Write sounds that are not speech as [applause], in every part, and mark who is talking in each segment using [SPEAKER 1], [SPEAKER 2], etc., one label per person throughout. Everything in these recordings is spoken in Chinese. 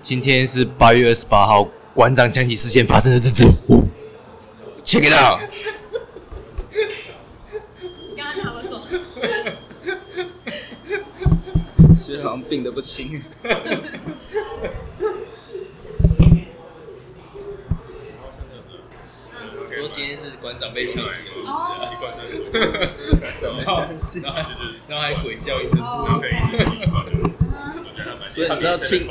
[SPEAKER 1] 今天是八月二十八号，馆长枪击事件发生的日子。Check it out！
[SPEAKER 2] 刚刚讲我手，
[SPEAKER 3] 其实好像病得不轻。说今天是馆长被抢了，
[SPEAKER 2] 哦，
[SPEAKER 3] 怎么相信？然后还鬼叫一声，
[SPEAKER 2] 哦，
[SPEAKER 3] 所以你知道庆，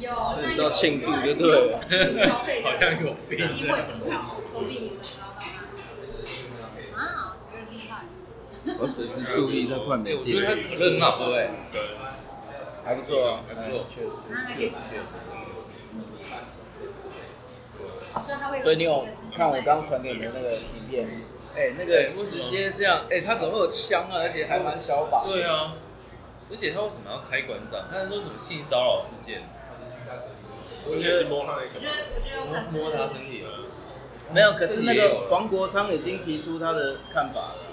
[SPEAKER 2] 有，那
[SPEAKER 3] 知道庆祝就对了
[SPEAKER 2] 消费
[SPEAKER 3] 好像有病
[SPEAKER 2] 机会订票，总比你们高到哪？啊，有点厉害。
[SPEAKER 3] 我随时注意他快没
[SPEAKER 4] 我觉得他可乐很好喝哎，
[SPEAKER 3] 还不错啊，
[SPEAKER 4] 还不错。
[SPEAKER 2] 那还可以请教就他会
[SPEAKER 3] 所以你有看我刚传给你的那个影片？哎，那个
[SPEAKER 4] 为什
[SPEAKER 3] 直
[SPEAKER 4] 么
[SPEAKER 3] 接这样，哎，他怎么会有枪啊？而且还蛮小把。
[SPEAKER 4] 对啊，而且他为什么要开馆长？他是说什么性骚扰事件？
[SPEAKER 3] 我觉得
[SPEAKER 2] 我觉得我觉得我可是
[SPEAKER 4] 摸他身体，
[SPEAKER 3] 没有，可是那个黄国昌已经提出他的看法了。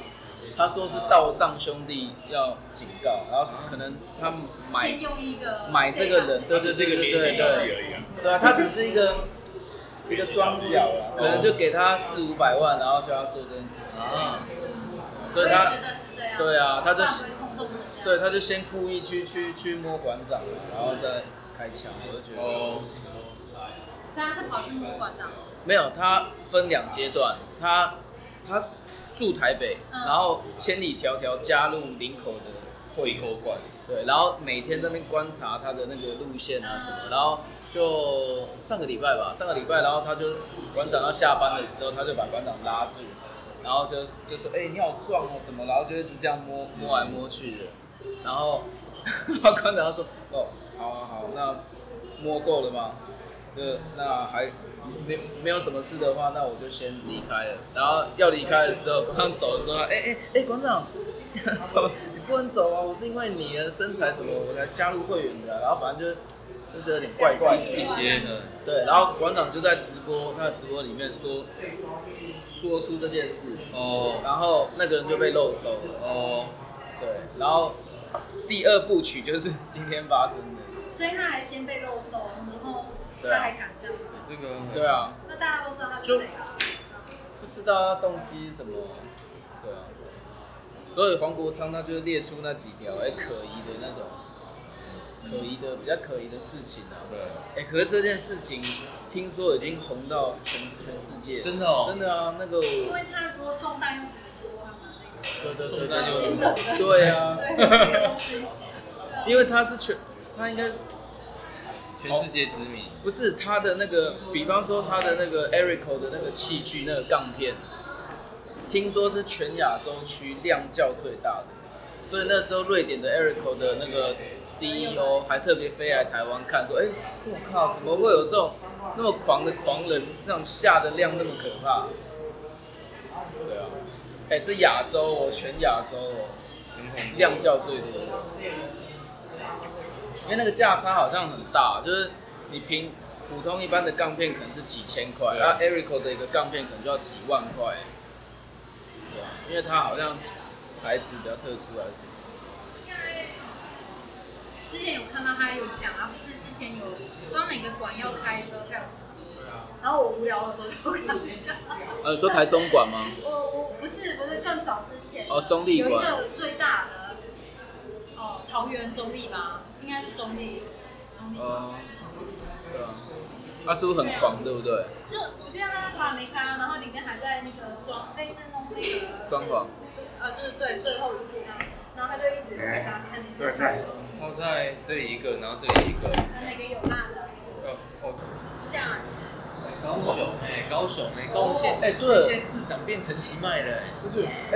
[SPEAKER 3] 他说是道上兄弟要警告，然后可能他买
[SPEAKER 2] 先用一个
[SPEAKER 3] 买这个人，对对对对对对，对啊，他只是一个一个庄脚啦，
[SPEAKER 4] 哦
[SPEAKER 3] 可能就给他四五百万，然后就要做这件事情，
[SPEAKER 4] 啊，
[SPEAKER 2] 我
[SPEAKER 3] 所
[SPEAKER 2] 也
[SPEAKER 3] 以
[SPEAKER 2] 觉
[SPEAKER 3] 他
[SPEAKER 2] 得是这样。
[SPEAKER 3] 对啊他就
[SPEAKER 2] 不然会冲动成这样。
[SPEAKER 3] 对他就先故意去去去摸馆长，然后再开枪，我就觉得
[SPEAKER 4] 哦，
[SPEAKER 2] 所以他是跑去摸馆长。
[SPEAKER 3] 没有，他分两阶段，他他住台北，
[SPEAKER 2] 嗯
[SPEAKER 3] 然后千里迢迢加入林口的会口馆，对，然后每天在那边观察他的那个路线啊什么，然后就上个礼拜吧，上个礼拜，然后他就馆长要下班的时候，他就把馆长拉住，然后就就说，哎、你好壮哦什么，然后就一直这样摸摸来摸去的，然后 [laughs] 然后馆长就说，哦，好啊好，那摸够了吗？呃，那还没没有什么事的话，那我就先离开了。然后要离开的时候，馆长走的时候，哎哎哎，馆长， [laughs] 什么？你不能走啊！我是因为你的身材什么，我才加入会员的啊、然后反正就就是有点怪怪的。
[SPEAKER 4] 一些呢，
[SPEAKER 3] 对，然后馆长就在直播，他的直播里面说说出这件事，
[SPEAKER 4] 哦
[SPEAKER 3] 然后那个人就被漏收了。
[SPEAKER 4] 哦，
[SPEAKER 3] 对，然后第二部曲就是今天发生的。
[SPEAKER 2] 所以他还先被肉搜，然后
[SPEAKER 3] 对啊
[SPEAKER 2] 他还敢这样子，
[SPEAKER 4] 这个
[SPEAKER 3] 对啊，
[SPEAKER 2] 那大家都知道他是谁啊？
[SPEAKER 3] 不知道他动机是什么，对啊。所以黄国昌他就列出那几条哎、可疑的那种，可疑的比较可疑的事情啊。
[SPEAKER 4] 对，
[SPEAKER 3] 哎、可是这件事情听说已经红到全全世界，
[SPEAKER 4] 真的哦
[SPEAKER 3] 真的啊，那个我
[SPEAKER 2] 因为他如果中弹用直播，他们那个
[SPEAKER 3] 对对对
[SPEAKER 4] 那
[SPEAKER 3] 对
[SPEAKER 4] 就
[SPEAKER 2] 新
[SPEAKER 3] 对
[SPEAKER 2] 人的，
[SPEAKER 3] 对啊
[SPEAKER 2] 对这个东西，
[SPEAKER 3] 因为他是全，他应该
[SPEAKER 4] 全世界知名，
[SPEAKER 3] 不是他的那个，比方说他的那个 Erico 的那个器具那个杠片，听说是全亚洲区量较最大的，所以那时候瑞典的 Erico 的那个 CEO 还特别飞来台湾看，说，哎、我靠，怎么会有这种那么狂的狂人，那种下的量那么可怕？对啊，哎、是亚洲哦，全亚洲哦，
[SPEAKER 4] 很恐怖。
[SPEAKER 3] 量较最多的，因为那个价差好像很大，就是你平普通一般的杠片可能是几千块，
[SPEAKER 4] 对
[SPEAKER 3] 然后 Erico 的一个杠片可能就要几万块，对啊，因为它好像材质比较特殊还是什么，
[SPEAKER 2] 之前有看到他有讲啊，不是之前有不知道哪个馆要开的时候，他有啊直播，然后我无聊的时候就看一下。
[SPEAKER 3] 呃、你说台中馆吗？
[SPEAKER 2] 我我不是不是更早之前
[SPEAKER 3] 哦中立
[SPEAKER 2] 有
[SPEAKER 3] 馆
[SPEAKER 2] 一个最大的哦桃园中立吧，应该是中立中立吧。
[SPEAKER 3] 哦、对啊，他是不是很狂，对不对？
[SPEAKER 2] 就我记得他那时候还没开啊，然后里面还在那个装类似弄那个
[SPEAKER 3] 装潢，
[SPEAKER 2] 呃，就是对最后一步这样，然后他就一直陪他看那些菜东西，
[SPEAKER 4] 他在这里一个，然后这里一个，
[SPEAKER 2] 那哪个有辣的
[SPEAKER 4] 哦哦，
[SPEAKER 2] 下
[SPEAKER 4] 高雄哎，高雄哎，高雄
[SPEAKER 3] 哎对
[SPEAKER 4] 现在市长变成奇迈了，欸
[SPEAKER 3] 不是，哎、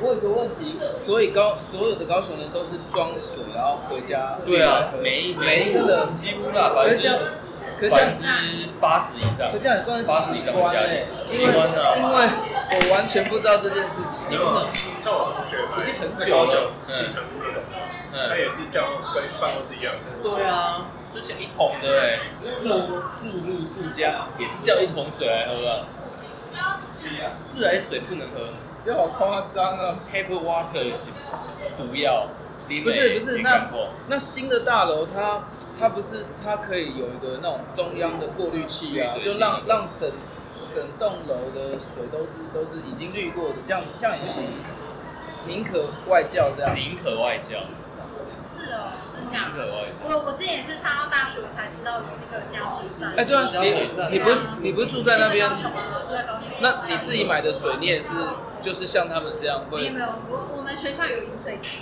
[SPEAKER 3] 我我有个问题，所以高所有的高雄人都是装水，然后回家
[SPEAKER 4] 对啊，每
[SPEAKER 3] 每
[SPEAKER 4] 一
[SPEAKER 3] 每一个人
[SPEAKER 4] 几乎啦，
[SPEAKER 3] 可
[SPEAKER 4] 百
[SPEAKER 3] 是
[SPEAKER 4] 分
[SPEAKER 3] 这
[SPEAKER 4] 之
[SPEAKER 3] 样，可是这样
[SPEAKER 4] 百分之八十以上
[SPEAKER 3] 可。这样也算是奇观哎、因为因为我完全不知道这件事情。
[SPEAKER 5] 有啊，像我同学
[SPEAKER 3] 已经很
[SPEAKER 5] 在
[SPEAKER 3] 久了
[SPEAKER 5] 高雄新城路那种，他也是叫跟办公室一样的，
[SPEAKER 4] 对啊，就叫一桶的哎、住住入住家也是叫一桶水来喝啊。是啊，自来水不能喝
[SPEAKER 3] 这好夸张啊！
[SPEAKER 4] ，tap water 也行，不要。
[SPEAKER 3] 不是不是，
[SPEAKER 4] 你
[SPEAKER 3] 那
[SPEAKER 4] 看过？
[SPEAKER 3] 那新的大楼它它不是它可以有一个那种中央的过滤器啊，
[SPEAKER 4] 滤水
[SPEAKER 3] 就
[SPEAKER 4] 器
[SPEAKER 3] 让让整整栋楼的水都是都是已经滤过的，这样这样也不行，宁可外教这样。
[SPEAKER 4] 宁可外教，
[SPEAKER 2] 是哦，真
[SPEAKER 4] 宁
[SPEAKER 2] 假的？
[SPEAKER 4] 可外教。
[SPEAKER 2] 我我之前也是上到大学我才知道有那个加水站。
[SPEAKER 3] 哎、对啊，你你不是你不是住在那边
[SPEAKER 2] 就，是高雄啊我住在高雄。
[SPEAKER 3] 那你自己买的水你也是就是像他们这样
[SPEAKER 2] 没有
[SPEAKER 3] 会
[SPEAKER 2] 没有，我我们学校有饮水机，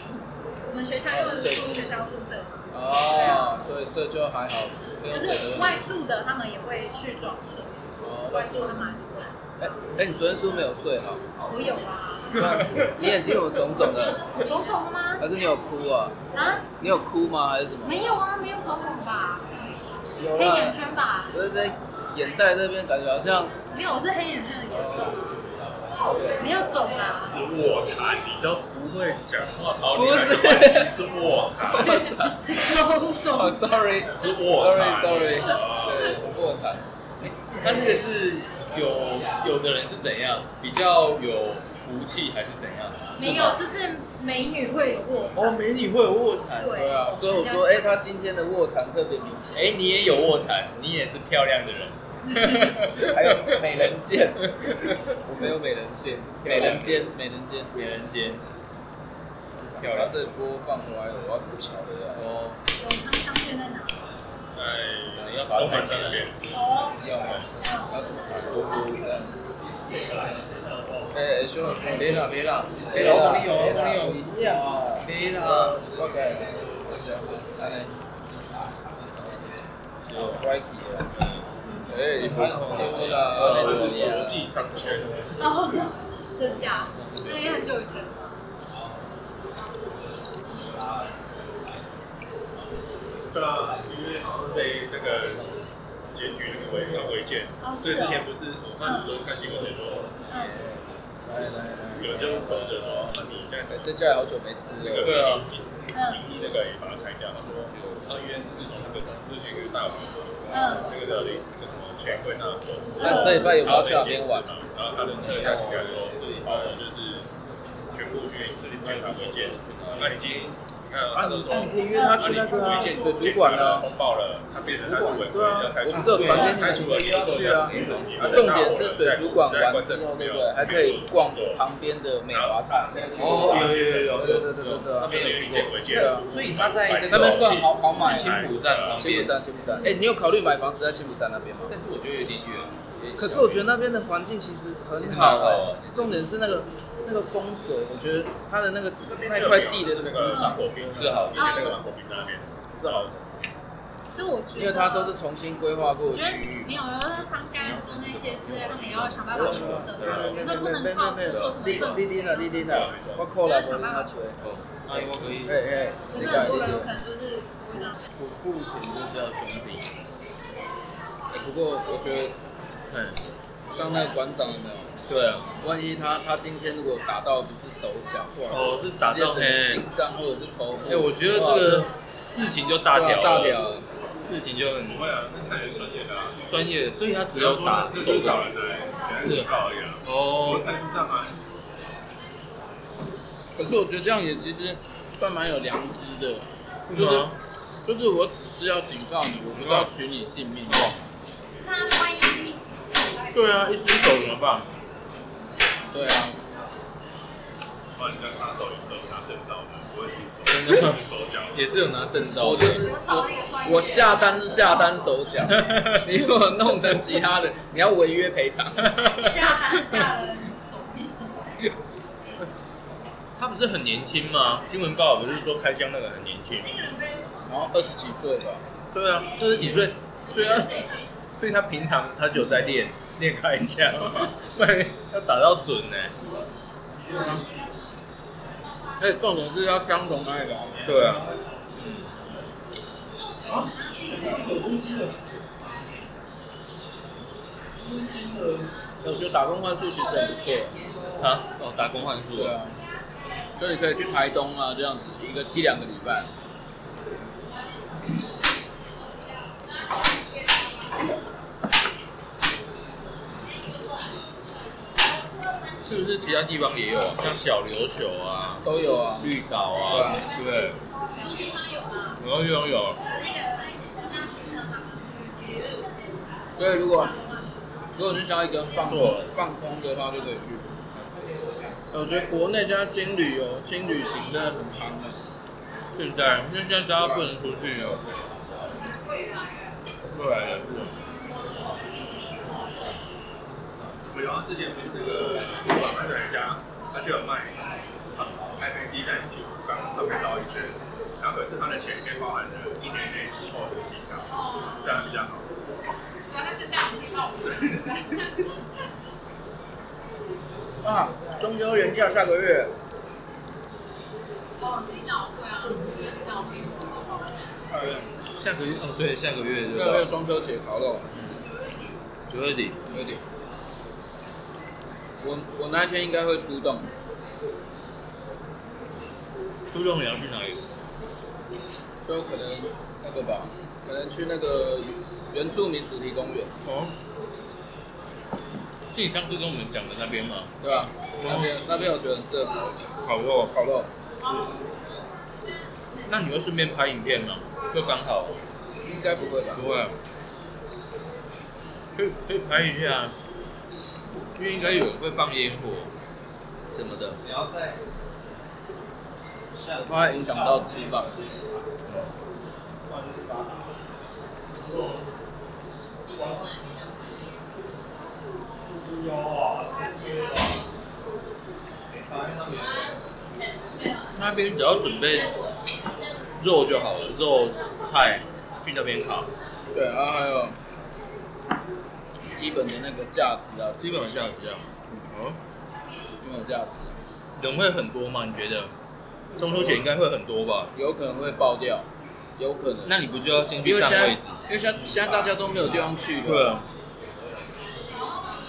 [SPEAKER 2] 我们学校因为我们住学校宿舍，
[SPEAKER 3] 哦，所以所以就还好，没有
[SPEAKER 2] 可
[SPEAKER 3] 水的
[SPEAKER 2] 是
[SPEAKER 3] 问
[SPEAKER 2] 外
[SPEAKER 3] 题。
[SPEAKER 2] 宿的他们也会去装水，
[SPEAKER 3] 哦
[SPEAKER 2] 外宿他们还不会。
[SPEAKER 3] 哎哎，你昨天是不是没有睡好？
[SPEAKER 2] 我有啊，
[SPEAKER 3] 那你眼睛有肿肿的，
[SPEAKER 2] 我肿肿的吗？
[SPEAKER 3] 还是你有哭啊？
[SPEAKER 2] 啊，
[SPEAKER 3] 你有哭吗？还是怎么？
[SPEAKER 2] 没有啊，没有肿肿吧？
[SPEAKER 3] 有
[SPEAKER 2] 黑眼圈吧？
[SPEAKER 3] 我是在眼袋这边感觉好 [laughs] 像
[SPEAKER 2] 没有，我是黑眼圈的严重，没有肿啦。
[SPEAKER 5] 是卧蚕，你都不会讲话，然后你
[SPEAKER 3] 不是
[SPEAKER 5] 还关心是卧蚕，
[SPEAKER 2] 肿
[SPEAKER 3] 哦
[SPEAKER 2] 肿，
[SPEAKER 3] [laughs] ，sorry，
[SPEAKER 5] 是卧蚕
[SPEAKER 3] sorry，sorry，
[SPEAKER 5] 啊
[SPEAKER 3] 对，卧蚕，
[SPEAKER 4] 他那个是有有的人是怎样，比较有福气还是怎样？
[SPEAKER 2] 没有，就是美女会有卧
[SPEAKER 4] 哦，
[SPEAKER 2] 蚕。
[SPEAKER 4] 美女会有卧蚕，
[SPEAKER 2] 对
[SPEAKER 3] 对啊，所以我说，哎，他今天的卧蚕特别明显，
[SPEAKER 4] 哎，你也有卧蚕，你也是漂亮的
[SPEAKER 5] 嗯
[SPEAKER 4] [laughs] 人，
[SPEAKER 3] 还有美人线，我没有美人线，美人尖，美人尖，
[SPEAKER 4] 美人尖，
[SPEAKER 3] 漂亮，这播放歪了，我要吐槽了呀，
[SPEAKER 4] 哦，
[SPEAKER 2] 有他们上线在哪？
[SPEAKER 4] 可
[SPEAKER 5] 哎，
[SPEAKER 4] 能要把
[SPEAKER 5] 老
[SPEAKER 4] 它抬
[SPEAKER 5] 板
[SPEAKER 4] 起
[SPEAKER 5] 在那
[SPEAKER 4] 来。
[SPEAKER 5] 边，
[SPEAKER 2] 哦，
[SPEAKER 3] 要吗？要吐槽多多的。哎，兄弟，别啦别啦，一样啊，
[SPEAKER 4] 没啦，
[SPEAKER 3] ，OK，而且，安尼。歪起了。哎，你拍红
[SPEAKER 4] 啊
[SPEAKER 3] 牛啦！
[SPEAKER 5] 国际呃国际商圈，
[SPEAKER 2] 哦，真假？那也很久以前了。
[SPEAKER 5] 对啊，因为好像被那个检举那个违反违建
[SPEAKER 2] 哦，
[SPEAKER 5] 所
[SPEAKER 2] 是哦
[SPEAKER 5] 以之前不是我看昨天看新闻也说，
[SPEAKER 2] 嗯，
[SPEAKER 3] 来来来，
[SPEAKER 5] 有人就问口者说，那你现在
[SPEAKER 3] 这家也好久没吃
[SPEAKER 5] 那个
[SPEAKER 3] 了。
[SPEAKER 4] 对啊
[SPEAKER 5] 影艺那个也把它拆掉，他说，那因为自从那个日前一个大火，
[SPEAKER 2] 嗯，
[SPEAKER 5] 那个叫林那个什么钱柜那时候。
[SPEAKER 3] 那这礼拜有没
[SPEAKER 5] 然后
[SPEAKER 3] 有
[SPEAKER 5] 去哪
[SPEAKER 3] 去
[SPEAKER 5] 边
[SPEAKER 3] 哪边
[SPEAKER 5] 玩
[SPEAKER 3] 玩？
[SPEAKER 5] 嘛，然后他的车下去跟他说，这里好像就是全部去这里检查违建，那已经你看他都说，
[SPEAKER 3] 那你可以约他去那个啊，水族馆
[SPEAKER 5] 了，
[SPEAKER 3] 啊。
[SPEAKER 5] 通报了，他变成他的违规，要拆除，拆除了，
[SPEAKER 3] 重点是水族馆完之后，对不对？还可以逛旁边的美华塔。
[SPEAKER 4] 哦，有有有有
[SPEAKER 3] 对
[SPEAKER 4] 有
[SPEAKER 3] 对对对对
[SPEAKER 5] 那
[SPEAKER 3] 啊。
[SPEAKER 5] 边有去检违建
[SPEAKER 3] 对，啊，
[SPEAKER 4] 所以他在那
[SPEAKER 3] 那边
[SPEAKER 4] 个
[SPEAKER 3] 算好好买。
[SPEAKER 4] 青
[SPEAKER 3] 青
[SPEAKER 4] 浦站旁
[SPEAKER 3] 浦
[SPEAKER 4] 边，
[SPEAKER 3] 站，青浦站。哎，你有考虑买房子在青浦站那边吗？
[SPEAKER 4] 但是我觉得有点远。
[SPEAKER 3] 可是我觉得那边的环境其实很好、哎重点是那个那个风水，我觉得它的那个那块地的
[SPEAKER 5] 那
[SPEAKER 3] 磁
[SPEAKER 5] 个
[SPEAKER 3] 场
[SPEAKER 5] 火冰以前那个火冰那边，
[SPEAKER 3] 是好的，
[SPEAKER 2] 所以我觉得，
[SPEAKER 3] 因为它都是重新规划过
[SPEAKER 2] 我
[SPEAKER 3] 的
[SPEAKER 2] 觉
[SPEAKER 3] 区
[SPEAKER 2] 得
[SPEAKER 3] 域。
[SPEAKER 2] 没有，然后商家做那些之类，他们也要想办法去阻止他们，有时候不能靠就是说什么政府
[SPEAKER 3] 滴滴呢滴滴呢，我扣了，我跟他追。
[SPEAKER 4] 哎，我可以
[SPEAKER 3] 哎哎，
[SPEAKER 2] 可
[SPEAKER 3] 你
[SPEAKER 2] 是
[SPEAKER 3] 看
[SPEAKER 2] 很
[SPEAKER 3] 滴
[SPEAKER 2] 多人有
[SPEAKER 3] 滴
[SPEAKER 2] 可。能就是不会这样。
[SPEAKER 4] 不付钱就叫兄弟。
[SPEAKER 3] 不过我觉得
[SPEAKER 4] 嗯，
[SPEAKER 3] 像那个馆长有没有？
[SPEAKER 4] 对啊。
[SPEAKER 3] 万一他他今天如果打到不是手脚，哇，
[SPEAKER 4] 哦，是打
[SPEAKER 3] 直接
[SPEAKER 4] 到
[SPEAKER 3] 整
[SPEAKER 4] 哎
[SPEAKER 3] 个心脏或者是头部。
[SPEAKER 4] 哎，我觉得这个事情就大
[SPEAKER 3] 哇
[SPEAKER 4] 条了，
[SPEAKER 3] 大屌了，
[SPEAKER 4] 事情就很
[SPEAKER 5] 不会啊，那也是专业的啊，
[SPEAKER 4] 专业，所以他只
[SPEAKER 5] 只
[SPEAKER 4] 要
[SPEAKER 5] 要
[SPEAKER 4] 打
[SPEAKER 5] 打，那
[SPEAKER 4] 手
[SPEAKER 5] 就是
[SPEAKER 4] 肘
[SPEAKER 5] 找人来警告而已啊。我
[SPEAKER 4] 哦，
[SPEAKER 5] 看不上啊，
[SPEAKER 3] 可是我觉得这样也其实算蛮有良知的，
[SPEAKER 4] 是
[SPEAKER 3] 就是
[SPEAKER 4] 吗
[SPEAKER 3] 就是我只是要警告你，我不是
[SPEAKER 4] 嗯啊
[SPEAKER 3] 要取你性命。
[SPEAKER 4] 哦
[SPEAKER 2] 可是他万一是一时手来，
[SPEAKER 4] 对啊，一只手怎么办？
[SPEAKER 3] 对啊，
[SPEAKER 5] 不然人家杀手有时候拿证照的，不会是手，
[SPEAKER 4] 真的
[SPEAKER 5] 是手脚。
[SPEAKER 4] 也是有拿证照
[SPEAKER 3] 我
[SPEAKER 4] 的
[SPEAKER 3] 就，是
[SPEAKER 2] 我找那个专业的，
[SPEAKER 3] 我下单是下单手
[SPEAKER 4] [laughs]
[SPEAKER 3] 脚，你如果弄成其他的，你要违约赔偿。
[SPEAKER 2] 下单下了手臂，
[SPEAKER 4] 他不是很年轻吗？新闻报不是说开枪那个很年轻？
[SPEAKER 2] 那个人被
[SPEAKER 3] 然后二十几岁吧，
[SPEAKER 4] 对啊，二十几岁，所
[SPEAKER 3] 啊
[SPEAKER 4] 以他
[SPEAKER 2] 谁打？
[SPEAKER 4] 所以他平常他就有在练练开枪，不然要打到准呢、
[SPEAKER 3] 而哎且重点是要相同那一个。
[SPEAKER 4] 对啊，
[SPEAKER 3] 我觉得打工换宿其实很不错，
[SPEAKER 4] 他哦打工换宿
[SPEAKER 3] 对啊，所以可以去台东啊这样子，一个一两个礼拜。
[SPEAKER 4] 是不是其他地方也有啊？像小琉球啊、
[SPEAKER 3] 都有啊，
[SPEAKER 4] 绿岛啊，对不对？啊
[SPEAKER 2] 这个地方有吗？
[SPEAKER 4] 很多地方有，
[SPEAKER 2] 有那个
[SPEAKER 3] 所以如果如果你想要一个放放空的话，就可以去。哎我觉得国内现在轻旅游、轻旅行真的很夯啊的。
[SPEAKER 4] 现在因为现在大家不能出去了，
[SPEAKER 5] 过来的是。我然后之前不是这个我港那人家，他就有卖开飞机带你去福冈上面绕一圈，然后可是他的钱里面包含了一年内之后的机票，这样比较好。
[SPEAKER 2] 哦所以他是带你去澳门。
[SPEAKER 3] 啊，中秋连假下个月，
[SPEAKER 2] 哦，绿岛对啊，我觉得绿岛没有。
[SPEAKER 3] 下个月
[SPEAKER 4] 下个月哦对，下个月对
[SPEAKER 3] 下个月
[SPEAKER 4] 吧？
[SPEAKER 3] 中秋节烤肉，
[SPEAKER 4] 九月底，
[SPEAKER 3] 有点。我我那天应该会出动，
[SPEAKER 4] 苏仲阳去哪里？
[SPEAKER 3] 就可能那个吧，可能去那个原住民主题公园，
[SPEAKER 4] 哦，是你上次跟我们讲的那边吗？
[SPEAKER 3] 对吧、那
[SPEAKER 4] 哦
[SPEAKER 3] 边那边我觉得很适合
[SPEAKER 4] 烤肉，
[SPEAKER 3] 烤肉，
[SPEAKER 4] 那你会顺便拍影片吗？就刚好，
[SPEAKER 3] 应该不会吧？
[SPEAKER 4] 不会啊，可以可以拍一下啊，因为应该有人会放烟火。
[SPEAKER 3] 什么的，
[SPEAKER 4] 你要在
[SPEAKER 3] 我怕影响到吃吧。
[SPEAKER 4] 那边只要准备肉就好了，肉菜去那边烤，
[SPEAKER 3] 对，然后还有基本的那个价值啊，
[SPEAKER 4] 基本上是这样。哦，
[SPEAKER 3] 基本价值
[SPEAKER 4] 人会很多吗？你觉得？中秋节应该会很多吧？
[SPEAKER 3] 有可能会爆掉，有可能。
[SPEAKER 4] 那你不就要先
[SPEAKER 3] 因
[SPEAKER 4] 去
[SPEAKER 3] 为
[SPEAKER 4] 占
[SPEAKER 3] 现在，
[SPEAKER 4] 位置？
[SPEAKER 3] 因为现在现在大家都没有地方去
[SPEAKER 4] 对
[SPEAKER 3] 了，
[SPEAKER 4] 啊，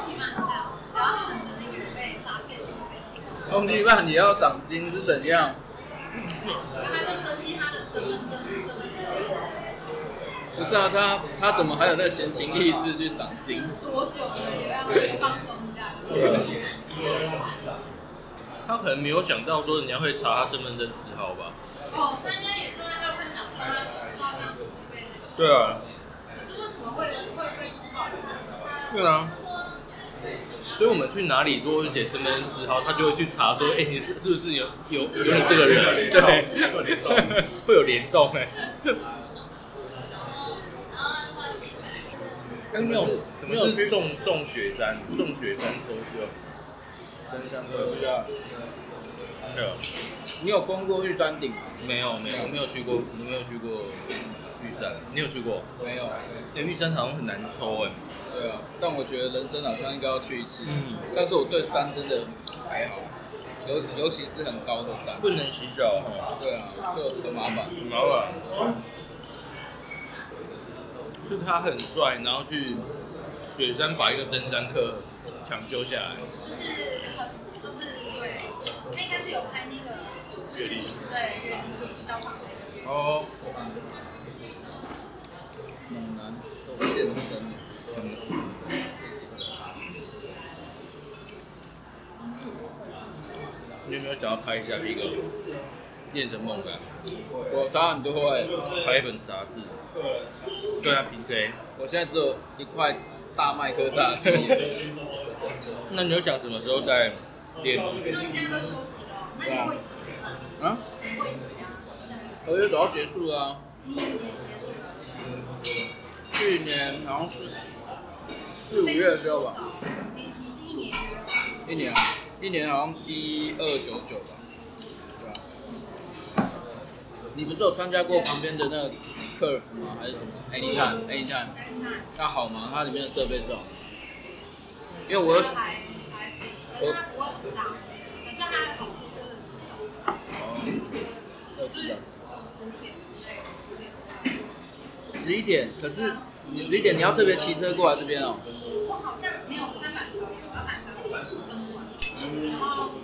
[SPEAKER 2] 起码这样，只要他们的那个被发现就会被定。
[SPEAKER 3] 空气办也要赏金是怎样？
[SPEAKER 2] 那他就登记他的身份证什么之类的，
[SPEAKER 3] 不是啊，他他怎么还有那个闲情逸致去赏金？
[SPEAKER 2] 多久了也要去放松一下。
[SPEAKER 4] 他可能没有想到说人家会查他身份证字号吧？
[SPEAKER 2] 哦，大家也热要分享说他不知道当初被那个，
[SPEAKER 4] 对啊，
[SPEAKER 2] 可是为什么会会被珠宝局？
[SPEAKER 4] 对啊。所以我们去哪里，如果写身份证字号，他就会去查说，哎、你是是不是有有有你这个人？
[SPEAKER 5] 有联动
[SPEAKER 4] 对，会有联动哎、
[SPEAKER 3] 跟
[SPEAKER 4] 没
[SPEAKER 3] 没
[SPEAKER 4] 有
[SPEAKER 3] 有，
[SPEAKER 4] 什么
[SPEAKER 3] 没有
[SPEAKER 4] 是
[SPEAKER 3] 去
[SPEAKER 4] 种种雪山，种雪山收割。
[SPEAKER 3] 登山车不知道。
[SPEAKER 4] 没有，
[SPEAKER 3] 啊你有攻过玉山顶吗？
[SPEAKER 4] 没有，没有，我没有去过，我没有去过玉山。你有去过？
[SPEAKER 3] 没有。
[SPEAKER 4] 哎、玉山好像很难抽哎、
[SPEAKER 3] 对啊，但我觉得人生好像应该要去一次。
[SPEAKER 4] 嗯
[SPEAKER 3] 但是我对山真的还好，尤尤其是很高的山。
[SPEAKER 4] 不能洗澡哈。
[SPEAKER 3] 对啊，就很麻烦。
[SPEAKER 4] 老板，是他很帅，然后去雪山把一个登山客抢救下来。
[SPEAKER 2] 就是很就是对，他应该是有拍那个
[SPEAKER 5] 阅历。
[SPEAKER 2] 对阅历消防那个阅历。
[SPEAKER 4] 哦，
[SPEAKER 3] 猛男都健身，啊
[SPEAKER 4] 你有没有想要拍一下一个练成梦感？
[SPEAKER 3] 我差很多哎、
[SPEAKER 4] 拍一本杂志，对啊 PK。
[SPEAKER 3] 我现在只有一块大麦克炸鸡， [laughs]
[SPEAKER 4] 那你有想什么时候再练？
[SPEAKER 2] 就应该都休息了，那你会几天啊？
[SPEAKER 3] 啊，
[SPEAKER 2] 你会几啊？
[SPEAKER 3] 合约早要结束了、啊，
[SPEAKER 2] 你已经结束了。
[SPEAKER 3] 去年好像是四五月的时候吧，
[SPEAKER 2] 你你是一年约吗？
[SPEAKER 3] 一年啊，一年好像一二九九吧，对啊。你不是有参加过旁边的那个 Curve 吗？还是什么？Anytime，Anytime，那好吗？它里面的设备是好吗，因为我有
[SPEAKER 2] 还还可是它不会很大，可是它的好处是二十四小时，
[SPEAKER 3] 有
[SPEAKER 2] 就是十点之类的，十点
[SPEAKER 3] 十一点，可是你十一点你要特别骑车过来这边哦。
[SPEAKER 2] 我好像没有在板桥，我要板桥跟我，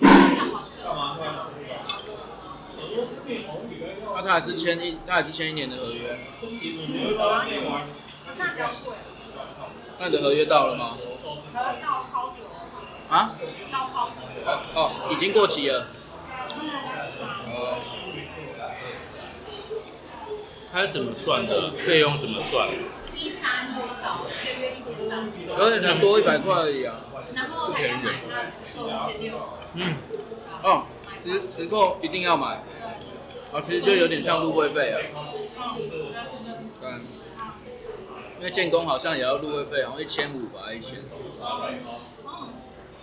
[SPEAKER 2] 然后上网课，然后之类的，
[SPEAKER 3] 那啊他还是签一，他还是签一年的合约。
[SPEAKER 2] 好像比较贵，
[SPEAKER 3] 那你的合约到了吗？
[SPEAKER 2] 然后到超久，哦
[SPEAKER 3] 啊？
[SPEAKER 2] 到超久，
[SPEAKER 3] 哦，已经过期了。
[SPEAKER 4] 它是怎么算的？费用怎么算？
[SPEAKER 2] 一一三多少，一个月一千三，
[SPEAKER 3] 有点想多一百块而已啊。
[SPEAKER 2] 然后还要买它十抽一千六，
[SPEAKER 3] 嗯，哦，实实购一定要买。啊，其实就有点像入会费啊。对。因为建工好像也要入会费，好像一千五吧，一千。
[SPEAKER 2] 哦